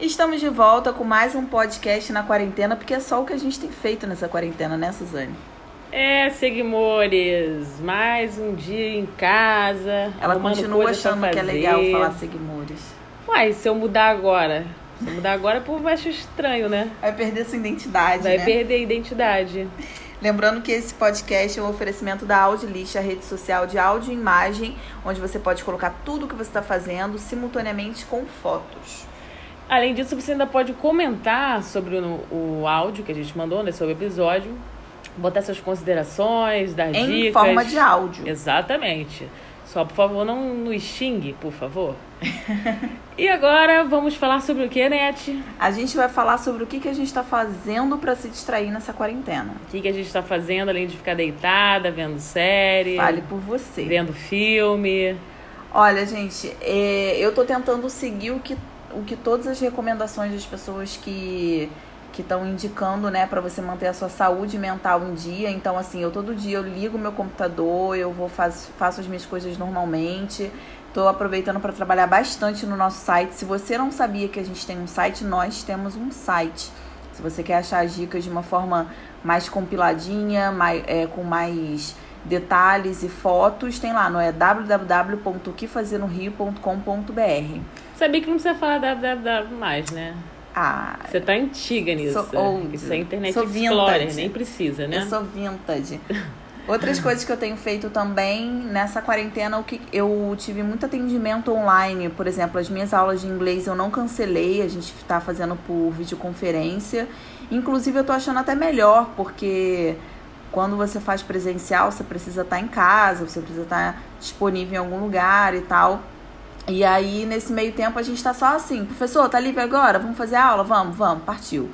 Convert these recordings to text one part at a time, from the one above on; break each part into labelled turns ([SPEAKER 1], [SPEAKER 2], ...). [SPEAKER 1] Estamos de volta com mais um podcast na quarentena, porque é só o que a gente tem feito nessa quarentena, né, Suzane?
[SPEAKER 2] É, Seguimores, mais um dia em casa.
[SPEAKER 1] Ela
[SPEAKER 2] arrumando
[SPEAKER 1] continua
[SPEAKER 2] coisa pra
[SPEAKER 1] achando que é
[SPEAKER 2] fazer.
[SPEAKER 1] legal falar seguimores.
[SPEAKER 2] Uai, se eu mudar agora? Se eu mudar agora, o povo vai achar estranho, né?
[SPEAKER 1] Vai perder sua identidade,
[SPEAKER 2] Vai
[SPEAKER 1] né?
[SPEAKER 2] perder a identidade.
[SPEAKER 1] Lembrando que esse podcast é um oferecimento da Audiolist, a rede social de áudio e imagem, onde você pode colocar tudo o que você está fazendo simultaneamente com fotos.
[SPEAKER 2] Além disso, você ainda pode comentar sobre o, o áudio que a gente mandou, né? Sobre o episódio. Botar suas considerações, dar
[SPEAKER 1] em
[SPEAKER 2] dicas.
[SPEAKER 1] forma de áudio.
[SPEAKER 2] Exatamente. Só, por favor, não nos xingue, por favor. e agora, vamos falar sobre o que, Nete?
[SPEAKER 1] A gente vai falar sobre o que, que a gente está fazendo para se distrair nessa quarentena.
[SPEAKER 2] O que, que a gente tá fazendo além de ficar deitada, vendo série,
[SPEAKER 1] Fale por você.
[SPEAKER 2] vendo filme?
[SPEAKER 1] Olha, gente, é, eu tô tentando seguir o que, o que todas as recomendações das pessoas que que estão indicando, né, para você manter a sua saúde mental em dia. Então, assim, eu todo dia eu ligo meu computador, eu vou faz, faço as minhas coisas normalmente. Tô aproveitando para trabalhar bastante no nosso site. Se você não sabia que a gente tem um site, nós temos um site. Se você quer achar as dicas de uma forma mais compiladinha, mais, é, com mais detalhes e fotos, tem lá, não é www.quefazernorio.com.br.
[SPEAKER 2] Sabia que não precisa falar www mais, né?
[SPEAKER 1] Ah,
[SPEAKER 2] Você tá antiga nisso.
[SPEAKER 1] Sou old.
[SPEAKER 2] Isso é internet
[SPEAKER 1] Sou
[SPEAKER 2] explorer,
[SPEAKER 1] vintage.
[SPEAKER 2] nem precisa, né?
[SPEAKER 1] eu sou vintage. Outras coisas que eu tenho feito também nessa quarentena, o que eu tive muito atendimento online, por exemplo, as minhas aulas de inglês eu não cancelei, a gente tá fazendo por videoconferência. Inclusive eu tô achando até melhor, porque quando você faz presencial, você precisa estar em casa, você precisa estar disponível em algum lugar e tal. E aí, nesse meio tempo, a gente tá só assim, professor, tá livre agora? Vamos fazer a aula? Vamos, vamos, partiu.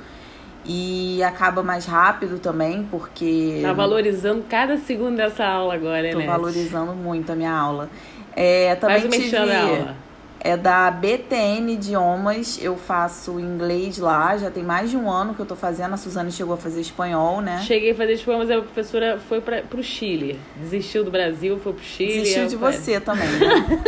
[SPEAKER 1] E acaba mais rápido também, porque.
[SPEAKER 2] Tá valorizando cada segundo dessa aula agora,
[SPEAKER 1] Tô
[SPEAKER 2] né?
[SPEAKER 1] valorizando muito a minha aula. É, também
[SPEAKER 2] Faz o
[SPEAKER 1] tive,
[SPEAKER 2] merchan da aula.
[SPEAKER 1] É da BTN Idiomas, eu faço inglês lá, já tem mais de um ano que eu tô fazendo. A Suzane chegou a fazer espanhol, né?
[SPEAKER 2] Cheguei a fazer espanhol, mas a professora foi pra, pro Chile. Desistiu do Brasil, foi pro Chile. é
[SPEAKER 1] Desistiu
[SPEAKER 2] aí
[SPEAKER 1] de
[SPEAKER 2] eu falei-
[SPEAKER 1] você também, né?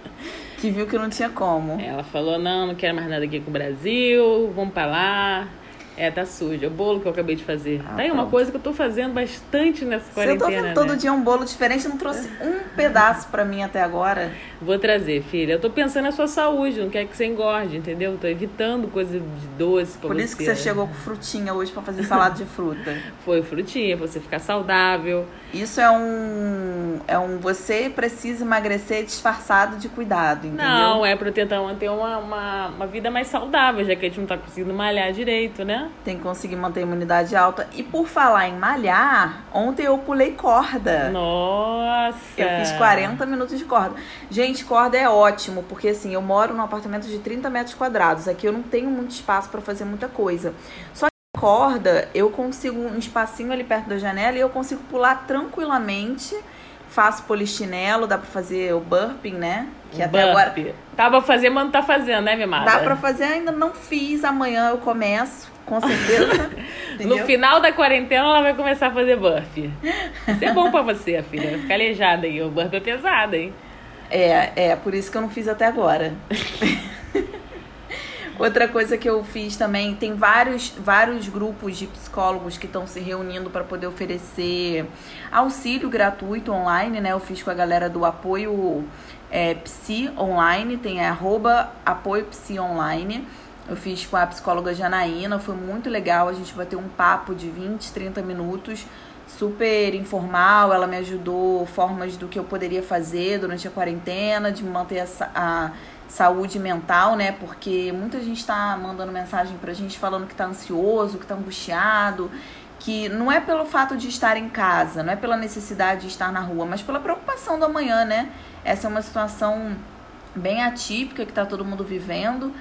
[SPEAKER 1] que viu que não tinha como.
[SPEAKER 2] Ela falou, não, não quero mais nada aqui com o Brasil, vamos pra lá. É, tá sujo. É o bolo que eu acabei de fazer.
[SPEAKER 1] Ah,
[SPEAKER 2] tá aí uma
[SPEAKER 1] pronto.
[SPEAKER 2] coisa que eu tô fazendo bastante nessa
[SPEAKER 1] Se eu tô
[SPEAKER 2] quarentena,
[SPEAKER 1] tá vendo todo
[SPEAKER 2] né?
[SPEAKER 1] dia um bolo diferente, não trouxe um pedaço pra mim até agora.
[SPEAKER 2] Vou trazer, filha. Eu tô pensando na sua saúde, não quero que você engorde, entendeu? Tô evitando coisa de doce pra
[SPEAKER 1] Por
[SPEAKER 2] você.
[SPEAKER 1] isso que você chegou com frutinha hoje pra fazer salada de fruta.
[SPEAKER 2] Foi frutinha, pra você ficar saudável.
[SPEAKER 1] Isso é um. É um. Você precisa emagrecer disfarçado de cuidado, entendeu?
[SPEAKER 2] Não, é pra eu tentar manter uma, uma, uma vida mais saudável, já que a gente não tá conseguindo malhar direito, né?
[SPEAKER 1] Tem que conseguir manter a imunidade alta. E por falar em malhar, ontem eu pulei corda.
[SPEAKER 2] Nossa!
[SPEAKER 1] É. Eu fiz 40 minutos de corda. Gente, corda é ótimo, porque assim, eu moro num apartamento de 30 metros quadrados. Aqui eu não tenho muito espaço pra fazer muita coisa. Só que corda, eu consigo um espacinho ali perto da janela e eu consigo pular tranquilamente. Faço polichinelo, dá pra fazer o burping, né? Que até
[SPEAKER 2] Burpee.
[SPEAKER 1] agora
[SPEAKER 2] Um Tava fazendo, mas não tá fazendo, né, mimada?
[SPEAKER 1] Dá pra fazer, ainda não fiz. Amanhã eu começo, com certeza.
[SPEAKER 2] No
[SPEAKER 1] entendeu?
[SPEAKER 2] final da quarentena, ela vai começar a fazer burpee. Isso é bom pra você, filha. Vai ficar aleijada aí. O burpee é pesado, hein?
[SPEAKER 1] É, é, por isso que eu não fiz até agora. Outra coisa que eu fiz também, tem vários, vários grupos de psicólogos que estão se reunindo para poder oferecer auxílio gratuito online, né? Eu fiz com a galera do apoio é, Psi Online, tem arroba apoio Psi Online. Eu fiz com a psicóloga Janaína, foi muito legal. A gente bateu um papo de 20, 30 minutos, super informal. Ela me ajudou formas do que eu poderia fazer durante a quarentena, de manter a, sa- a saúde mental, né? Porque muita gente tá mandando mensagem pra gente falando que tá ansioso, que tá angustiado, que não é pelo fato de estar em casa, não é pela necessidade de estar na rua, mas pela preocupação do amanhã, né? Essa é uma situação bem atípica que tá todo mundo vivendo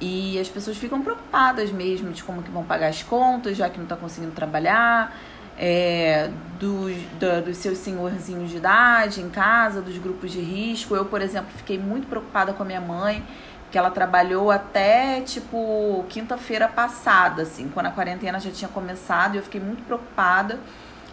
[SPEAKER 1] e as pessoas ficam preocupadas mesmo de como que vão pagar as contas, já que não tá conseguindo trabalhar, é, dos, da- dos seus senhorzinhos de idade em casa, dos grupos de risco. Eu, por exemplo, fiquei muito preocupada com a minha mãe, que ela trabalhou até tipo quinta-feira passada, assim, quando a quarentena já tinha começado, e eu fiquei muito preocupada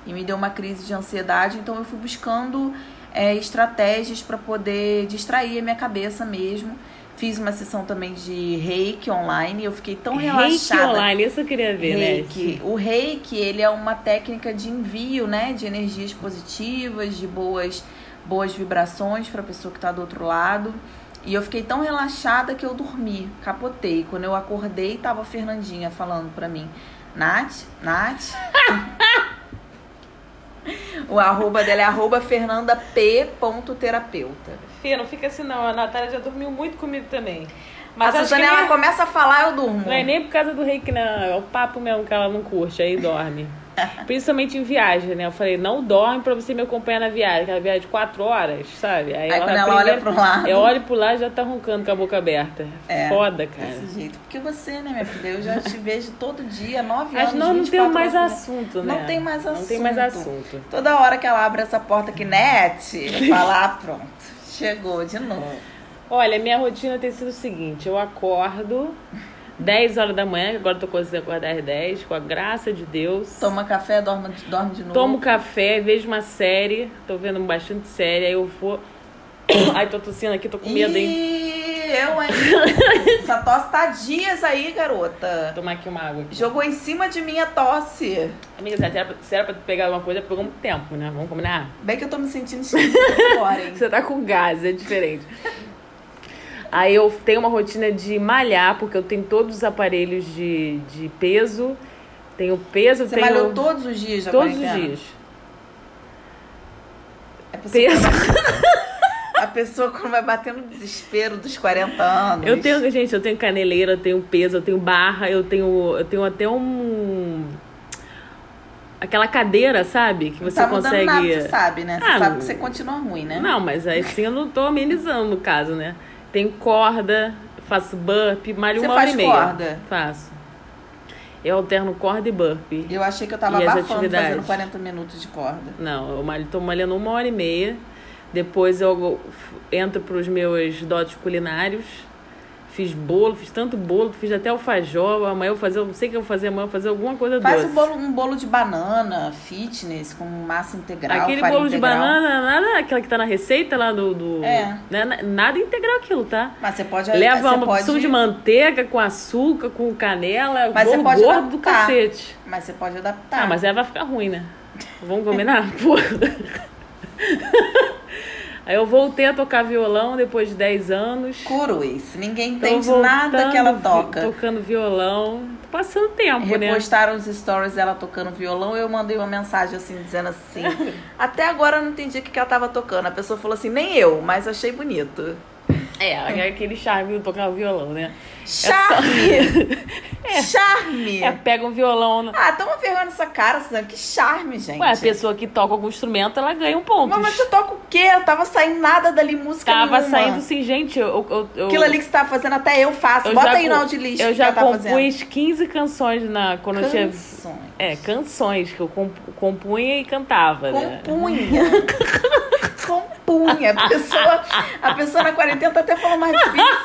[SPEAKER 1] e me deu uma crise de ansiedade, então eu fui buscando é, estratégias para poder distrair a minha cabeça mesmo. Fiz uma sessão também de reiki online. Eu fiquei tão relaxada.
[SPEAKER 2] Reiki online, isso eu queria ver,
[SPEAKER 1] Reiki.
[SPEAKER 2] né?
[SPEAKER 1] O reiki, ele é uma técnica de envio, né? De energias positivas, de boas, boas vibrações para a pessoa que está do outro lado. E eu fiquei tão relaxada que eu dormi, capotei. Quando eu acordei, tava a Fernandinha falando pra mim: Nath, Nath. o arroba dela é arroba fernandap.terapeuta.
[SPEAKER 2] Fia, não fica assim não. A Natália já dormiu muito comigo também.
[SPEAKER 1] a
[SPEAKER 2] acho que
[SPEAKER 1] Suzana, ela
[SPEAKER 2] nem-
[SPEAKER 1] começa a falar, eu durmo.
[SPEAKER 2] Não é nem por causa do reiki, não. É o papo mesmo que ela não curte, aí dorme. Principalmente em viagem, né? Eu falei, não dorme pra você me acompanhar na viagem. Aquela viagem de quatro horas, sabe?
[SPEAKER 1] Aí quando ela olha pro lado.
[SPEAKER 2] Eu olho pro lado e já tá roncando com a boca aberta.
[SPEAKER 1] É.
[SPEAKER 2] Foda, cara.
[SPEAKER 1] Desse jeito. Porque você, né, minha filha? Eu já te vejo todo dia, nove
[SPEAKER 2] Mas
[SPEAKER 1] anos.
[SPEAKER 2] não, não
[SPEAKER 1] 24
[SPEAKER 2] tem mais
[SPEAKER 1] horas por dia.
[SPEAKER 2] assunto, né?
[SPEAKER 1] Não tem mais
[SPEAKER 2] Não tem mais
[SPEAKER 1] assunto.
[SPEAKER 2] assunto.
[SPEAKER 1] Toda hora que ela abre essa porta aqui, net, fala, "Ah, pronto. Chegou de novo.
[SPEAKER 2] Olha, minha rotina tem sido o seguinte: eu acordo 10 horas da manhã, agora eu tô conseguindo acordar às 10, com a graça de Deus.
[SPEAKER 1] Toma café, dorme, dorme de novo.
[SPEAKER 2] Tomo café, vejo uma série, tô vendo bastante série, aí eu vou. Ai, tô tossindo aqui, tô com medo, hein?
[SPEAKER 1] Ih, eu, hein? Essa tosse tá dias aí, garota.
[SPEAKER 2] Vou tomar aqui uma água. Aqui.
[SPEAKER 1] Jogou em cima de mim a tosse.
[SPEAKER 2] Amiga, se era, pra, se era pra tu pegar alguma coisa, pegou muito tempo, né? Vamos combinar?
[SPEAKER 1] Bem que eu tô me sentindo esquisita agora, hein?
[SPEAKER 2] Você tá com gás, é diferente. Aí eu tenho uma rotina de malhar, porque eu tenho todos os aparelhos de, de peso. Tenho peso,
[SPEAKER 1] Você
[SPEAKER 2] tenho.
[SPEAKER 1] malhou todos os dias da
[SPEAKER 2] um- todos os
[SPEAKER 1] quarentena?
[SPEAKER 2] dias.
[SPEAKER 1] É possível
[SPEAKER 2] Peso.
[SPEAKER 1] A pessoa quando vai bater no desespero dos 40 anos.
[SPEAKER 2] Eu tenho, gente, eu tenho caneleira, eu tenho peso, eu tenho barra, eu tenho, eu tenho até um aquela cadeira, sabe, que
[SPEAKER 1] Não
[SPEAKER 2] você
[SPEAKER 1] tá mudando
[SPEAKER 2] consegue.
[SPEAKER 1] nada, você sabe, né? Você
[SPEAKER 2] Ah,
[SPEAKER 1] sabe
[SPEAKER 2] não-
[SPEAKER 1] que você continua ruim, né?
[SPEAKER 2] Não, mas aí sim eu não tô amenizando no caso, né? Tenho corda, faço burp, malho
[SPEAKER 1] Você
[SPEAKER 2] uma
[SPEAKER 1] faz
[SPEAKER 2] hora e meia.
[SPEAKER 1] corda?
[SPEAKER 2] Faço. Eu alterno corda e burp.
[SPEAKER 1] Eu achei que eu tava
[SPEAKER 2] E as
[SPEAKER 1] abafando
[SPEAKER 2] atividades?
[SPEAKER 1] fazendo 40 minutos de corda.
[SPEAKER 2] Não, eu malho, tô malhando uma hora e meia. Depois eu f- entro pros meus dotes culinários. Fiz bolo, fiz tanto bolo, fiz até alfajor. Amanhã eu vou fazer, eu não sei o que eu vou fazer amanhã, eu vou fazer alguma coisa
[SPEAKER 1] Faz
[SPEAKER 2] doce.
[SPEAKER 1] um bolo, um bolo de banana, fitness, com massa integral,
[SPEAKER 2] Aquele
[SPEAKER 1] farinha
[SPEAKER 2] bolo de
[SPEAKER 1] integral.
[SPEAKER 2] banana, nada aquela que tá na receita lá do. do
[SPEAKER 1] É.
[SPEAKER 2] né, na- nada integral aquilo, tá?
[SPEAKER 1] Mas você pode...
[SPEAKER 2] Leva
[SPEAKER 1] você
[SPEAKER 2] uma
[SPEAKER 1] pode,
[SPEAKER 2] porção de manteiga com açúcar, com canela,
[SPEAKER 1] Mas
[SPEAKER 2] bolo
[SPEAKER 1] você pode
[SPEAKER 2] gordo do
[SPEAKER 1] adaptar. Tá.
[SPEAKER 2] cacete.
[SPEAKER 1] Mas você pode adaptar.
[SPEAKER 2] Ah, mas aí vai ficar ruim, né? Vamos combinar? Pô. Aí eu voltei a tocar violão depois de 10 anos.
[SPEAKER 1] Curus. Ninguém
[SPEAKER 2] Tô
[SPEAKER 1] entende nada que ela
[SPEAKER 2] voltando,
[SPEAKER 1] toca.
[SPEAKER 2] Tocando violão. Tô passando tempo, né?
[SPEAKER 1] Repostaram os stories dela tocando violão. Eu mandei uma mensagem assim, dizendo assim. Até agora eu não entendi o que, que ela tava tocando. A pessoa falou assim, nem eu, mas achei bonito.
[SPEAKER 2] É, aquele charme de tocar violão, né?
[SPEAKER 1] Charme! Charme!
[SPEAKER 2] É, pega um violão.
[SPEAKER 1] Ah, toma vergonha nessa cara, Suzana. Que charme, gente.
[SPEAKER 2] Ué, a pessoa que toca algum instrumento, ela ganha um ponto.
[SPEAKER 1] Mas, mas você toca o quê? Eu tava saindo nada dali, música
[SPEAKER 2] Tava
[SPEAKER 1] nenhuma.
[SPEAKER 2] saindo assim, gente, eu... eu, eu
[SPEAKER 1] Aquilo ali que você tava fazendo, até eu faço.
[SPEAKER 2] eu
[SPEAKER 1] Bota
[SPEAKER 2] já
[SPEAKER 1] aí
[SPEAKER 2] com-
[SPEAKER 1] no Audilist
[SPEAKER 2] Eu
[SPEAKER 1] que
[SPEAKER 2] já
[SPEAKER 1] ela tá fazendo.
[SPEAKER 2] compus 15 canções na, quando eu tinha
[SPEAKER 1] Canções.
[SPEAKER 2] É, canções que eu comp- compunha e cantava, né?
[SPEAKER 1] Compunha. Compunha. A pessoa, a pessoa na quarentena tá até falando mais difícil.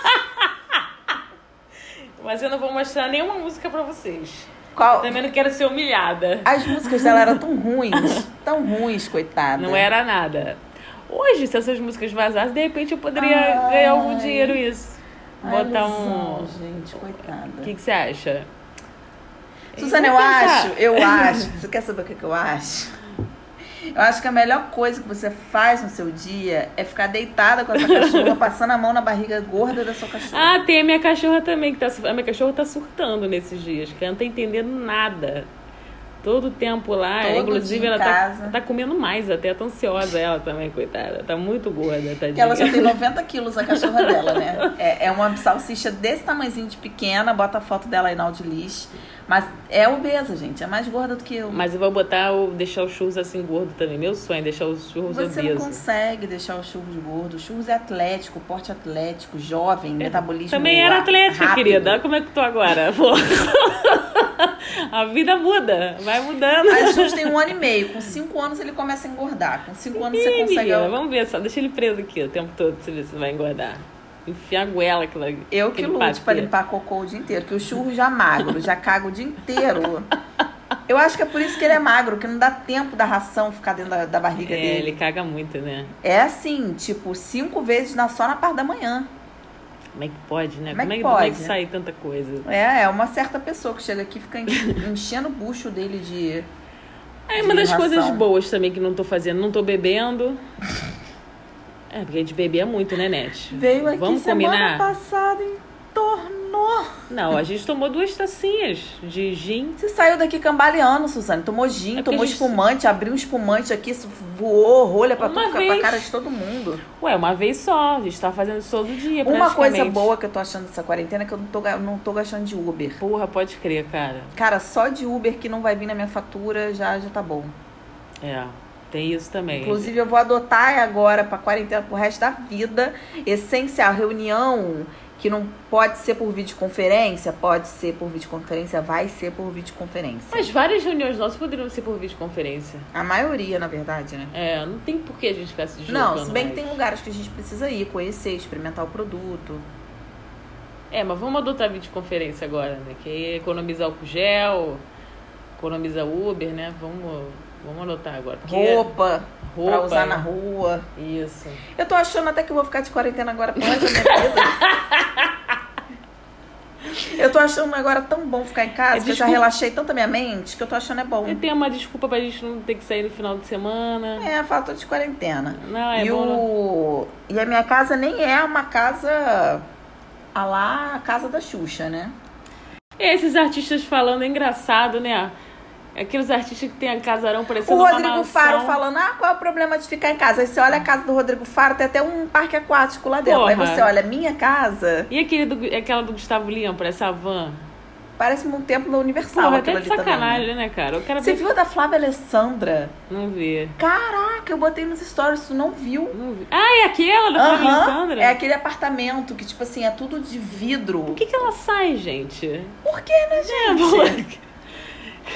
[SPEAKER 2] Mas eu não vou mostrar nenhuma música pra vocês.
[SPEAKER 1] Qual?
[SPEAKER 2] Também não quero ser humilhada.
[SPEAKER 1] As músicas dela eram tão ruins, tão ruins, coitada.
[SPEAKER 2] Não era nada. Hoje, se essas músicas vazassem, de repente eu poderia
[SPEAKER 1] Ai.
[SPEAKER 2] ganhar algum dinheiro isso.
[SPEAKER 1] Ai,
[SPEAKER 2] Botar
[SPEAKER 1] ilusão,
[SPEAKER 2] um.
[SPEAKER 1] gente, coitada.
[SPEAKER 2] O que, que você acha?
[SPEAKER 1] Suzana, eu
[SPEAKER 2] Vou pensar.
[SPEAKER 1] acho, eu acho. Você quer saber o que que eu acho? Eu acho que a melhor coisa que você faz no seu dia é ficar deitada com essa cachorra, passando a mão na barriga gorda da sua cachorra.
[SPEAKER 2] Ah, tem a minha cachorra também, que tá, su- a minha cachorra tá surtando nesses dias, que ela não tá entendendo nada. Todo tempo lá,
[SPEAKER 1] Todo
[SPEAKER 2] inclusive
[SPEAKER 1] dia em
[SPEAKER 2] ela tá,
[SPEAKER 1] casa.
[SPEAKER 2] tá comendo mais, até tá ansiosa ela também, coitada. Tá muito gorda,
[SPEAKER 1] Porque
[SPEAKER 2] tadinha.
[SPEAKER 1] ela só tem 90 quilos, a cachorra dela, né? É, é uma salsicha desse tamanhozinho de pequena, bota a foto dela aí na Audilis. Mas é obesa, gente, é mais gorda do que eu.
[SPEAKER 2] Mas eu vou botar o deixar os churros assim gordo também. Meu sonho é deixar os churros
[SPEAKER 1] Você não
[SPEAKER 2] obesos.
[SPEAKER 1] consegue deixar o churros gordo. O churros é atlético, porte atlético, jovem, metabolismo
[SPEAKER 2] É, Também era
[SPEAKER 1] a-
[SPEAKER 2] atlética,
[SPEAKER 1] rápido.
[SPEAKER 2] querida. Olha como é que eu tô agora. Pô. a vida muda, vai mudando.
[SPEAKER 1] Mas o Churros tem um ano e meio. Com cinco anos ele começa a engordar. Com cinco anos você
[SPEAKER 2] Ih,
[SPEAKER 1] consegue.
[SPEAKER 2] menina, vamos ver só. Deixa ele preso aqui o tempo todo, se ver se vai engordar. Enfia a goela que ela-
[SPEAKER 1] Eu que
[SPEAKER 2] ele
[SPEAKER 1] lute
[SPEAKER 2] bate.
[SPEAKER 1] é pra limpar cocô o dia inteiro, que o churro já magro, já caga o dia inteiro. Eu acho que é por isso que ele é magro, que não dá tempo da ração ficar dentro da, da barriga
[SPEAKER 2] É,
[SPEAKER 1] dele.
[SPEAKER 2] ele caga muito, né?
[SPEAKER 1] É assim, tipo, cinco vezes na, só na parte da manhã.
[SPEAKER 2] Como é que pode, né?
[SPEAKER 1] Como é que
[SPEAKER 2] como é
[SPEAKER 1] pode,
[SPEAKER 2] que
[SPEAKER 1] né?
[SPEAKER 2] sai tanta coisa?
[SPEAKER 1] É, é uma certa pessoa que chega aqui e fica en- enchendo o bucho dele de.
[SPEAKER 2] É uma das
[SPEAKER 1] De ração.
[SPEAKER 2] coisas boas também que não tô fazendo. Não tô bebendo. É, porque a gente bebia muito, né, Net?
[SPEAKER 1] Veio aqui
[SPEAKER 2] Vamos
[SPEAKER 1] semana
[SPEAKER 2] combinar?
[SPEAKER 1] passada e tornou.
[SPEAKER 2] Não, a gente tomou duas tacinhas de gin.
[SPEAKER 1] Você saiu daqui cambaleando, Suzane. Tomou
[SPEAKER 2] É
[SPEAKER 1] gin,
[SPEAKER 2] porque
[SPEAKER 1] tomou
[SPEAKER 2] a gente-
[SPEAKER 1] espumante, abriu um espumante aqui, isso voou rolha pra,
[SPEAKER 2] Uma
[SPEAKER 1] tudo, pra
[SPEAKER 2] vez.
[SPEAKER 1] cara de todo mundo.
[SPEAKER 2] Ué, uma vez só. A gente tá fazendo isso todo dia,
[SPEAKER 1] Uma coisa
[SPEAKER 2] praticamente.
[SPEAKER 1] boa que eu tô achando dessa quarentena é que eu não tô, ga- não tô gastando de Uber.
[SPEAKER 2] Porra, pode crer, cara.
[SPEAKER 1] Cara, só de Uber que não vai vir na minha fatura já, já tá bom.
[SPEAKER 2] É, tem isso também.
[SPEAKER 1] Inclusive, eu vou adotar agora pra quarentena pro resto da vida. Essencial, reunião que não pode ser por videoconferência, pode ser por videoconferência, vai ser por videoconferência.
[SPEAKER 2] Mas várias reuniões nossas poderiam ser por videoconferência.
[SPEAKER 1] A maioria, na verdade, né?
[SPEAKER 2] É, não tem por que a gente ficar se deslocando.
[SPEAKER 1] Não, se bem que
[SPEAKER 2] mais.
[SPEAKER 1] tem um lugares que a gente precisa ir, conhecer, experimentar o produto.
[SPEAKER 2] É, mas vamos adotar videoconferência agora, né? Que aí economiza álcool gel, economiza Uber, né? Vamos, vamos adotar agora. Porque
[SPEAKER 1] Roupa, pra
[SPEAKER 2] é roupa, é. né?
[SPEAKER 1] usar na rua.
[SPEAKER 2] Isso.
[SPEAKER 1] Eu tô achando até que eu vou ficar de quarentena agora pela minha vida. Eu tô achando agora tão bom ficar em casa,
[SPEAKER 2] É,
[SPEAKER 1] que eu já
[SPEAKER 2] desculpa.
[SPEAKER 1] relaxei tanto a minha mente, que eu tô achando é bom.
[SPEAKER 2] E tem uma desculpa pra gente não ter que sair no final de semana.
[SPEAKER 1] É, falta de quarentena.
[SPEAKER 2] Não, é
[SPEAKER 1] e,
[SPEAKER 2] bom.
[SPEAKER 1] o... e a minha casa nem é uma casa a lá a casa da Xuxa, né?
[SPEAKER 2] Esses artistas falando é engraçado, né? Aqueles artistas que tem a casarão
[SPEAKER 1] O
[SPEAKER 2] parecendo uma
[SPEAKER 1] Rodrigo
[SPEAKER 2] mansão.
[SPEAKER 1] Faro falando, ah, qual é o problema de ficar em casa? Aí você olha a casa do Rodrigo Faro, tem até um parque aquático lá dentro. Aí
[SPEAKER 2] Porra.
[SPEAKER 1] você olha, minha casa
[SPEAKER 2] E aquele do, aquela do Gustavo Lima, essa van?
[SPEAKER 1] parece um templo da Universal.
[SPEAKER 2] Porra, até
[SPEAKER 1] aquilo
[SPEAKER 2] de
[SPEAKER 1] ali também, né?
[SPEAKER 2] sacanagem, né, cara? Eu quero
[SPEAKER 1] Você
[SPEAKER 2] ver.
[SPEAKER 1] viu a da Flávia Alessandra?
[SPEAKER 2] Não vi.
[SPEAKER 1] Caraca, eu botei nos stories, tu não viu.
[SPEAKER 2] Não vi. Ah, é aquela da Flávia
[SPEAKER 1] Aham,
[SPEAKER 2] Alessandra?
[SPEAKER 1] É aquele apartamento que, tipo assim, é tudo de vidro.
[SPEAKER 2] Por que, que ela sai, gente?
[SPEAKER 1] Por que, né,
[SPEAKER 2] É,
[SPEAKER 1] gente?
[SPEAKER 2] moleque.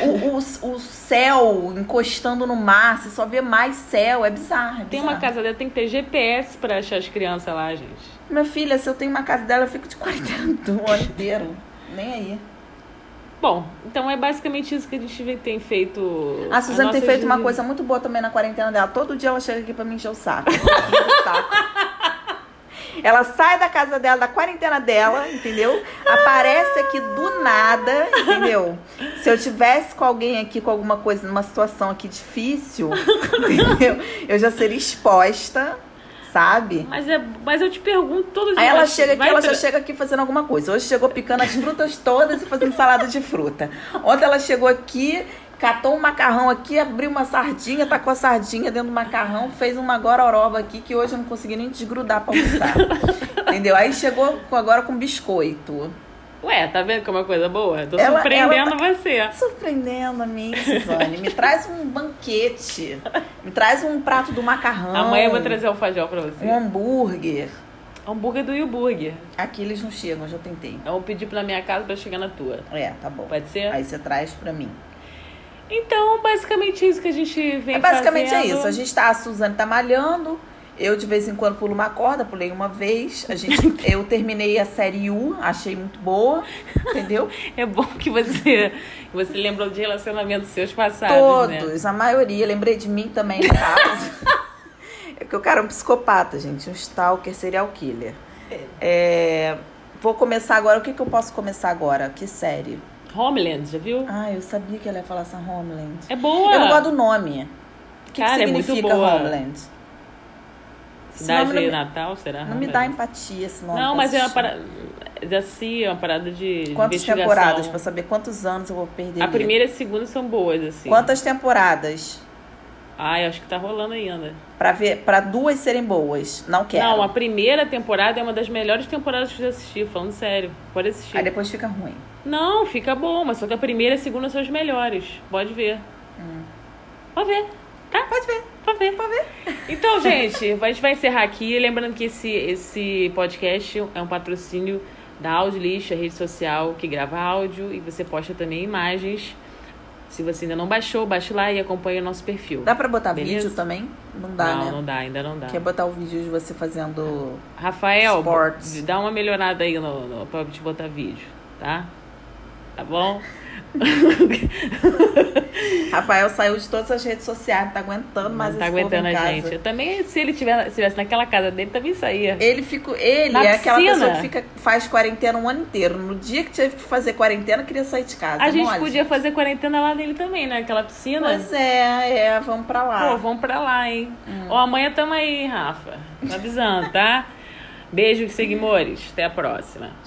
[SPEAKER 1] o, o, o céu encostando no mar, você só vê mais céu, é bizarro. é
[SPEAKER 2] Tem uma
[SPEAKER 1] bizarro.
[SPEAKER 2] casa dela, tem que ter GPS pra achar as crianças lá, gente.
[SPEAKER 1] Minha filha, se eu tenho uma casa dela, eu fico de quarentena o ano inteiro. Nem aí.
[SPEAKER 2] Bom, então é basicamente isso que a gente vem- tem feito.
[SPEAKER 1] A Suzana tem
[SPEAKER 2] nossa
[SPEAKER 1] feito uma
[SPEAKER 2] vida.
[SPEAKER 1] coisa muito boa também na quarentena dela. Todo dia ela chega aqui pra me encher o saco. Eu encho o saco. Ela sai da casa dela, da quarentena dela, entendeu? Aparece aqui do nada, entendeu? Se eu tivesse com alguém aqui com alguma coisa, numa situação aqui difícil, entendeu? Eu já seria exposta, sabe?
[SPEAKER 2] Mas, é, mas eu te pergunto todo dia.
[SPEAKER 1] Aí ela
[SPEAKER 2] mas
[SPEAKER 1] chega aqui,
[SPEAKER 2] vai
[SPEAKER 1] ela
[SPEAKER 2] tra-
[SPEAKER 1] já chega aqui fazendo alguma coisa. Hoje chegou picando as frutas todas e fazendo salada de fruta. Ontem ela chegou aqui, catou um macarrão aqui, abriu uma sardinha, tacou a sardinha dentro do macarrão, fez uma gororoba aqui que hoje eu não consegui nem desgrudar pra almoçar. Entendeu? Aí chegou com- agora com biscoito.
[SPEAKER 2] Ué, tá vendo como é uma coisa boa? Tô
[SPEAKER 1] Ela- tá-
[SPEAKER 2] surpreendendo você.
[SPEAKER 1] Surpreendendo a mim, Suzane. Me traz um banquete. Me traz um prato do macarrão.
[SPEAKER 2] Amanhã eu vou trazer alfajor pra você.
[SPEAKER 1] Um hambúrguer.
[SPEAKER 2] Hambúrguer do Yuburger.
[SPEAKER 1] Aqui eles não chegam, eu já tentei.
[SPEAKER 2] Eu vou pedir pra minha casa pra chegar na tua.
[SPEAKER 1] É, tá bom.
[SPEAKER 2] Pode ser?
[SPEAKER 1] Aí você traz pra mim.
[SPEAKER 2] Então, basicamente é isso que a gente vem
[SPEAKER 1] É, basicamente é
[SPEAKER 2] fazendo.
[SPEAKER 1] isso. A gente tá, a Suzane tá malhando. Eu de vez em quando pulo uma corda, pulei uma vez. A gente, eu terminei a série U, achei muito boa, entendeu?
[SPEAKER 2] É bom que você, que você lembrou de relacionamentos seus passados, né?
[SPEAKER 1] Todos, a maioria. Lembrei de mim também, no caso. é que o cara é um psicopata, gente. Um stalker, serial killer. É, vou começar agora. O que, que eu posso começar agora? Que série?
[SPEAKER 2] Homeland, já viu?
[SPEAKER 1] Ah, eu sabia que ela ia falar essa Homeland.
[SPEAKER 2] É boa.
[SPEAKER 1] Eu não gosto do nome. O que,
[SPEAKER 2] Cara,
[SPEAKER 1] que
[SPEAKER 2] é muito
[SPEAKER 1] significa
[SPEAKER 2] boa.
[SPEAKER 1] Homeland? Esse
[SPEAKER 2] Cidade
[SPEAKER 1] nome não me-
[SPEAKER 2] Natal, será?
[SPEAKER 1] Não me dá empatia esse nome.
[SPEAKER 2] Ah, Não,
[SPEAKER 1] pra
[SPEAKER 2] mas é uma
[SPEAKER 1] assistir.
[SPEAKER 2] parada. É assim, é uma parada de.
[SPEAKER 1] Quantas
[SPEAKER 2] investigação.
[SPEAKER 1] temporadas pra saber quantos anos eu vou perder?
[SPEAKER 2] A
[SPEAKER 1] ali?
[SPEAKER 2] primeira e a segunda são boas, assim.
[SPEAKER 1] Quantas temporadas?
[SPEAKER 2] Ai, acho que tá rolando ainda.
[SPEAKER 1] Pra ver, para duas serem boas. Não quero.
[SPEAKER 2] Não, a primeira temporada é uma das melhores temporadas que eu já assisti, falando sério. Pode assistir.
[SPEAKER 1] Aí depois fica ruim.
[SPEAKER 2] Não, fica bom, mas só que a primeira e a segunda são as melhores. Pode ver. Pode ver. Tá?
[SPEAKER 1] Hum. Pode ver.
[SPEAKER 2] Pode ver. Pode ver. Então, gente, a gente vai encerrar aqui. Lembrando que esse, esse podcast é um patrocínio da Audiolist, a rede social que grava áudio e você posta também imagens. Se você ainda não baixou, baixe lá e acompanhe o nosso perfil.
[SPEAKER 1] Dá pra botar
[SPEAKER 2] Beleza.
[SPEAKER 1] vídeo também? Não dá,
[SPEAKER 2] não,
[SPEAKER 1] né?
[SPEAKER 2] não dá, ainda não dá.
[SPEAKER 1] Quer botar o vídeo de você fazendo.
[SPEAKER 2] Rafael,
[SPEAKER 1] Sports.
[SPEAKER 2] dá uma melhorada aí no, no, pra te botar vídeo, tá? Tá bom?
[SPEAKER 1] Rafael saiu de todas as redes sociais, não tá aguentando mais
[SPEAKER 2] não tá
[SPEAKER 1] esse povo
[SPEAKER 2] aguentando
[SPEAKER 1] em
[SPEAKER 2] a
[SPEAKER 1] casa.
[SPEAKER 2] gente. Eu também, se ele tiver, estivesse naquela casa dele, também saía.
[SPEAKER 1] Ele ficou. Ele
[SPEAKER 2] Na
[SPEAKER 1] é aquela
[SPEAKER 2] piscina.
[SPEAKER 1] pessoa que fica, faz quarentena um ano inteiro. No dia que teve que fazer quarentena, queria sair de casa.
[SPEAKER 2] A
[SPEAKER 1] É
[SPEAKER 2] gente
[SPEAKER 1] mole,
[SPEAKER 2] podia fazer quarentena lá nele também, né? Aquela piscina.
[SPEAKER 1] Pois é, Hum. é, vamos pra lá.
[SPEAKER 2] Pô, vamos pra lá, hein? Ó, amanhã tamo aí, Rafa. Tô avisando, tá? Beijo, seguimores. Até a próxima.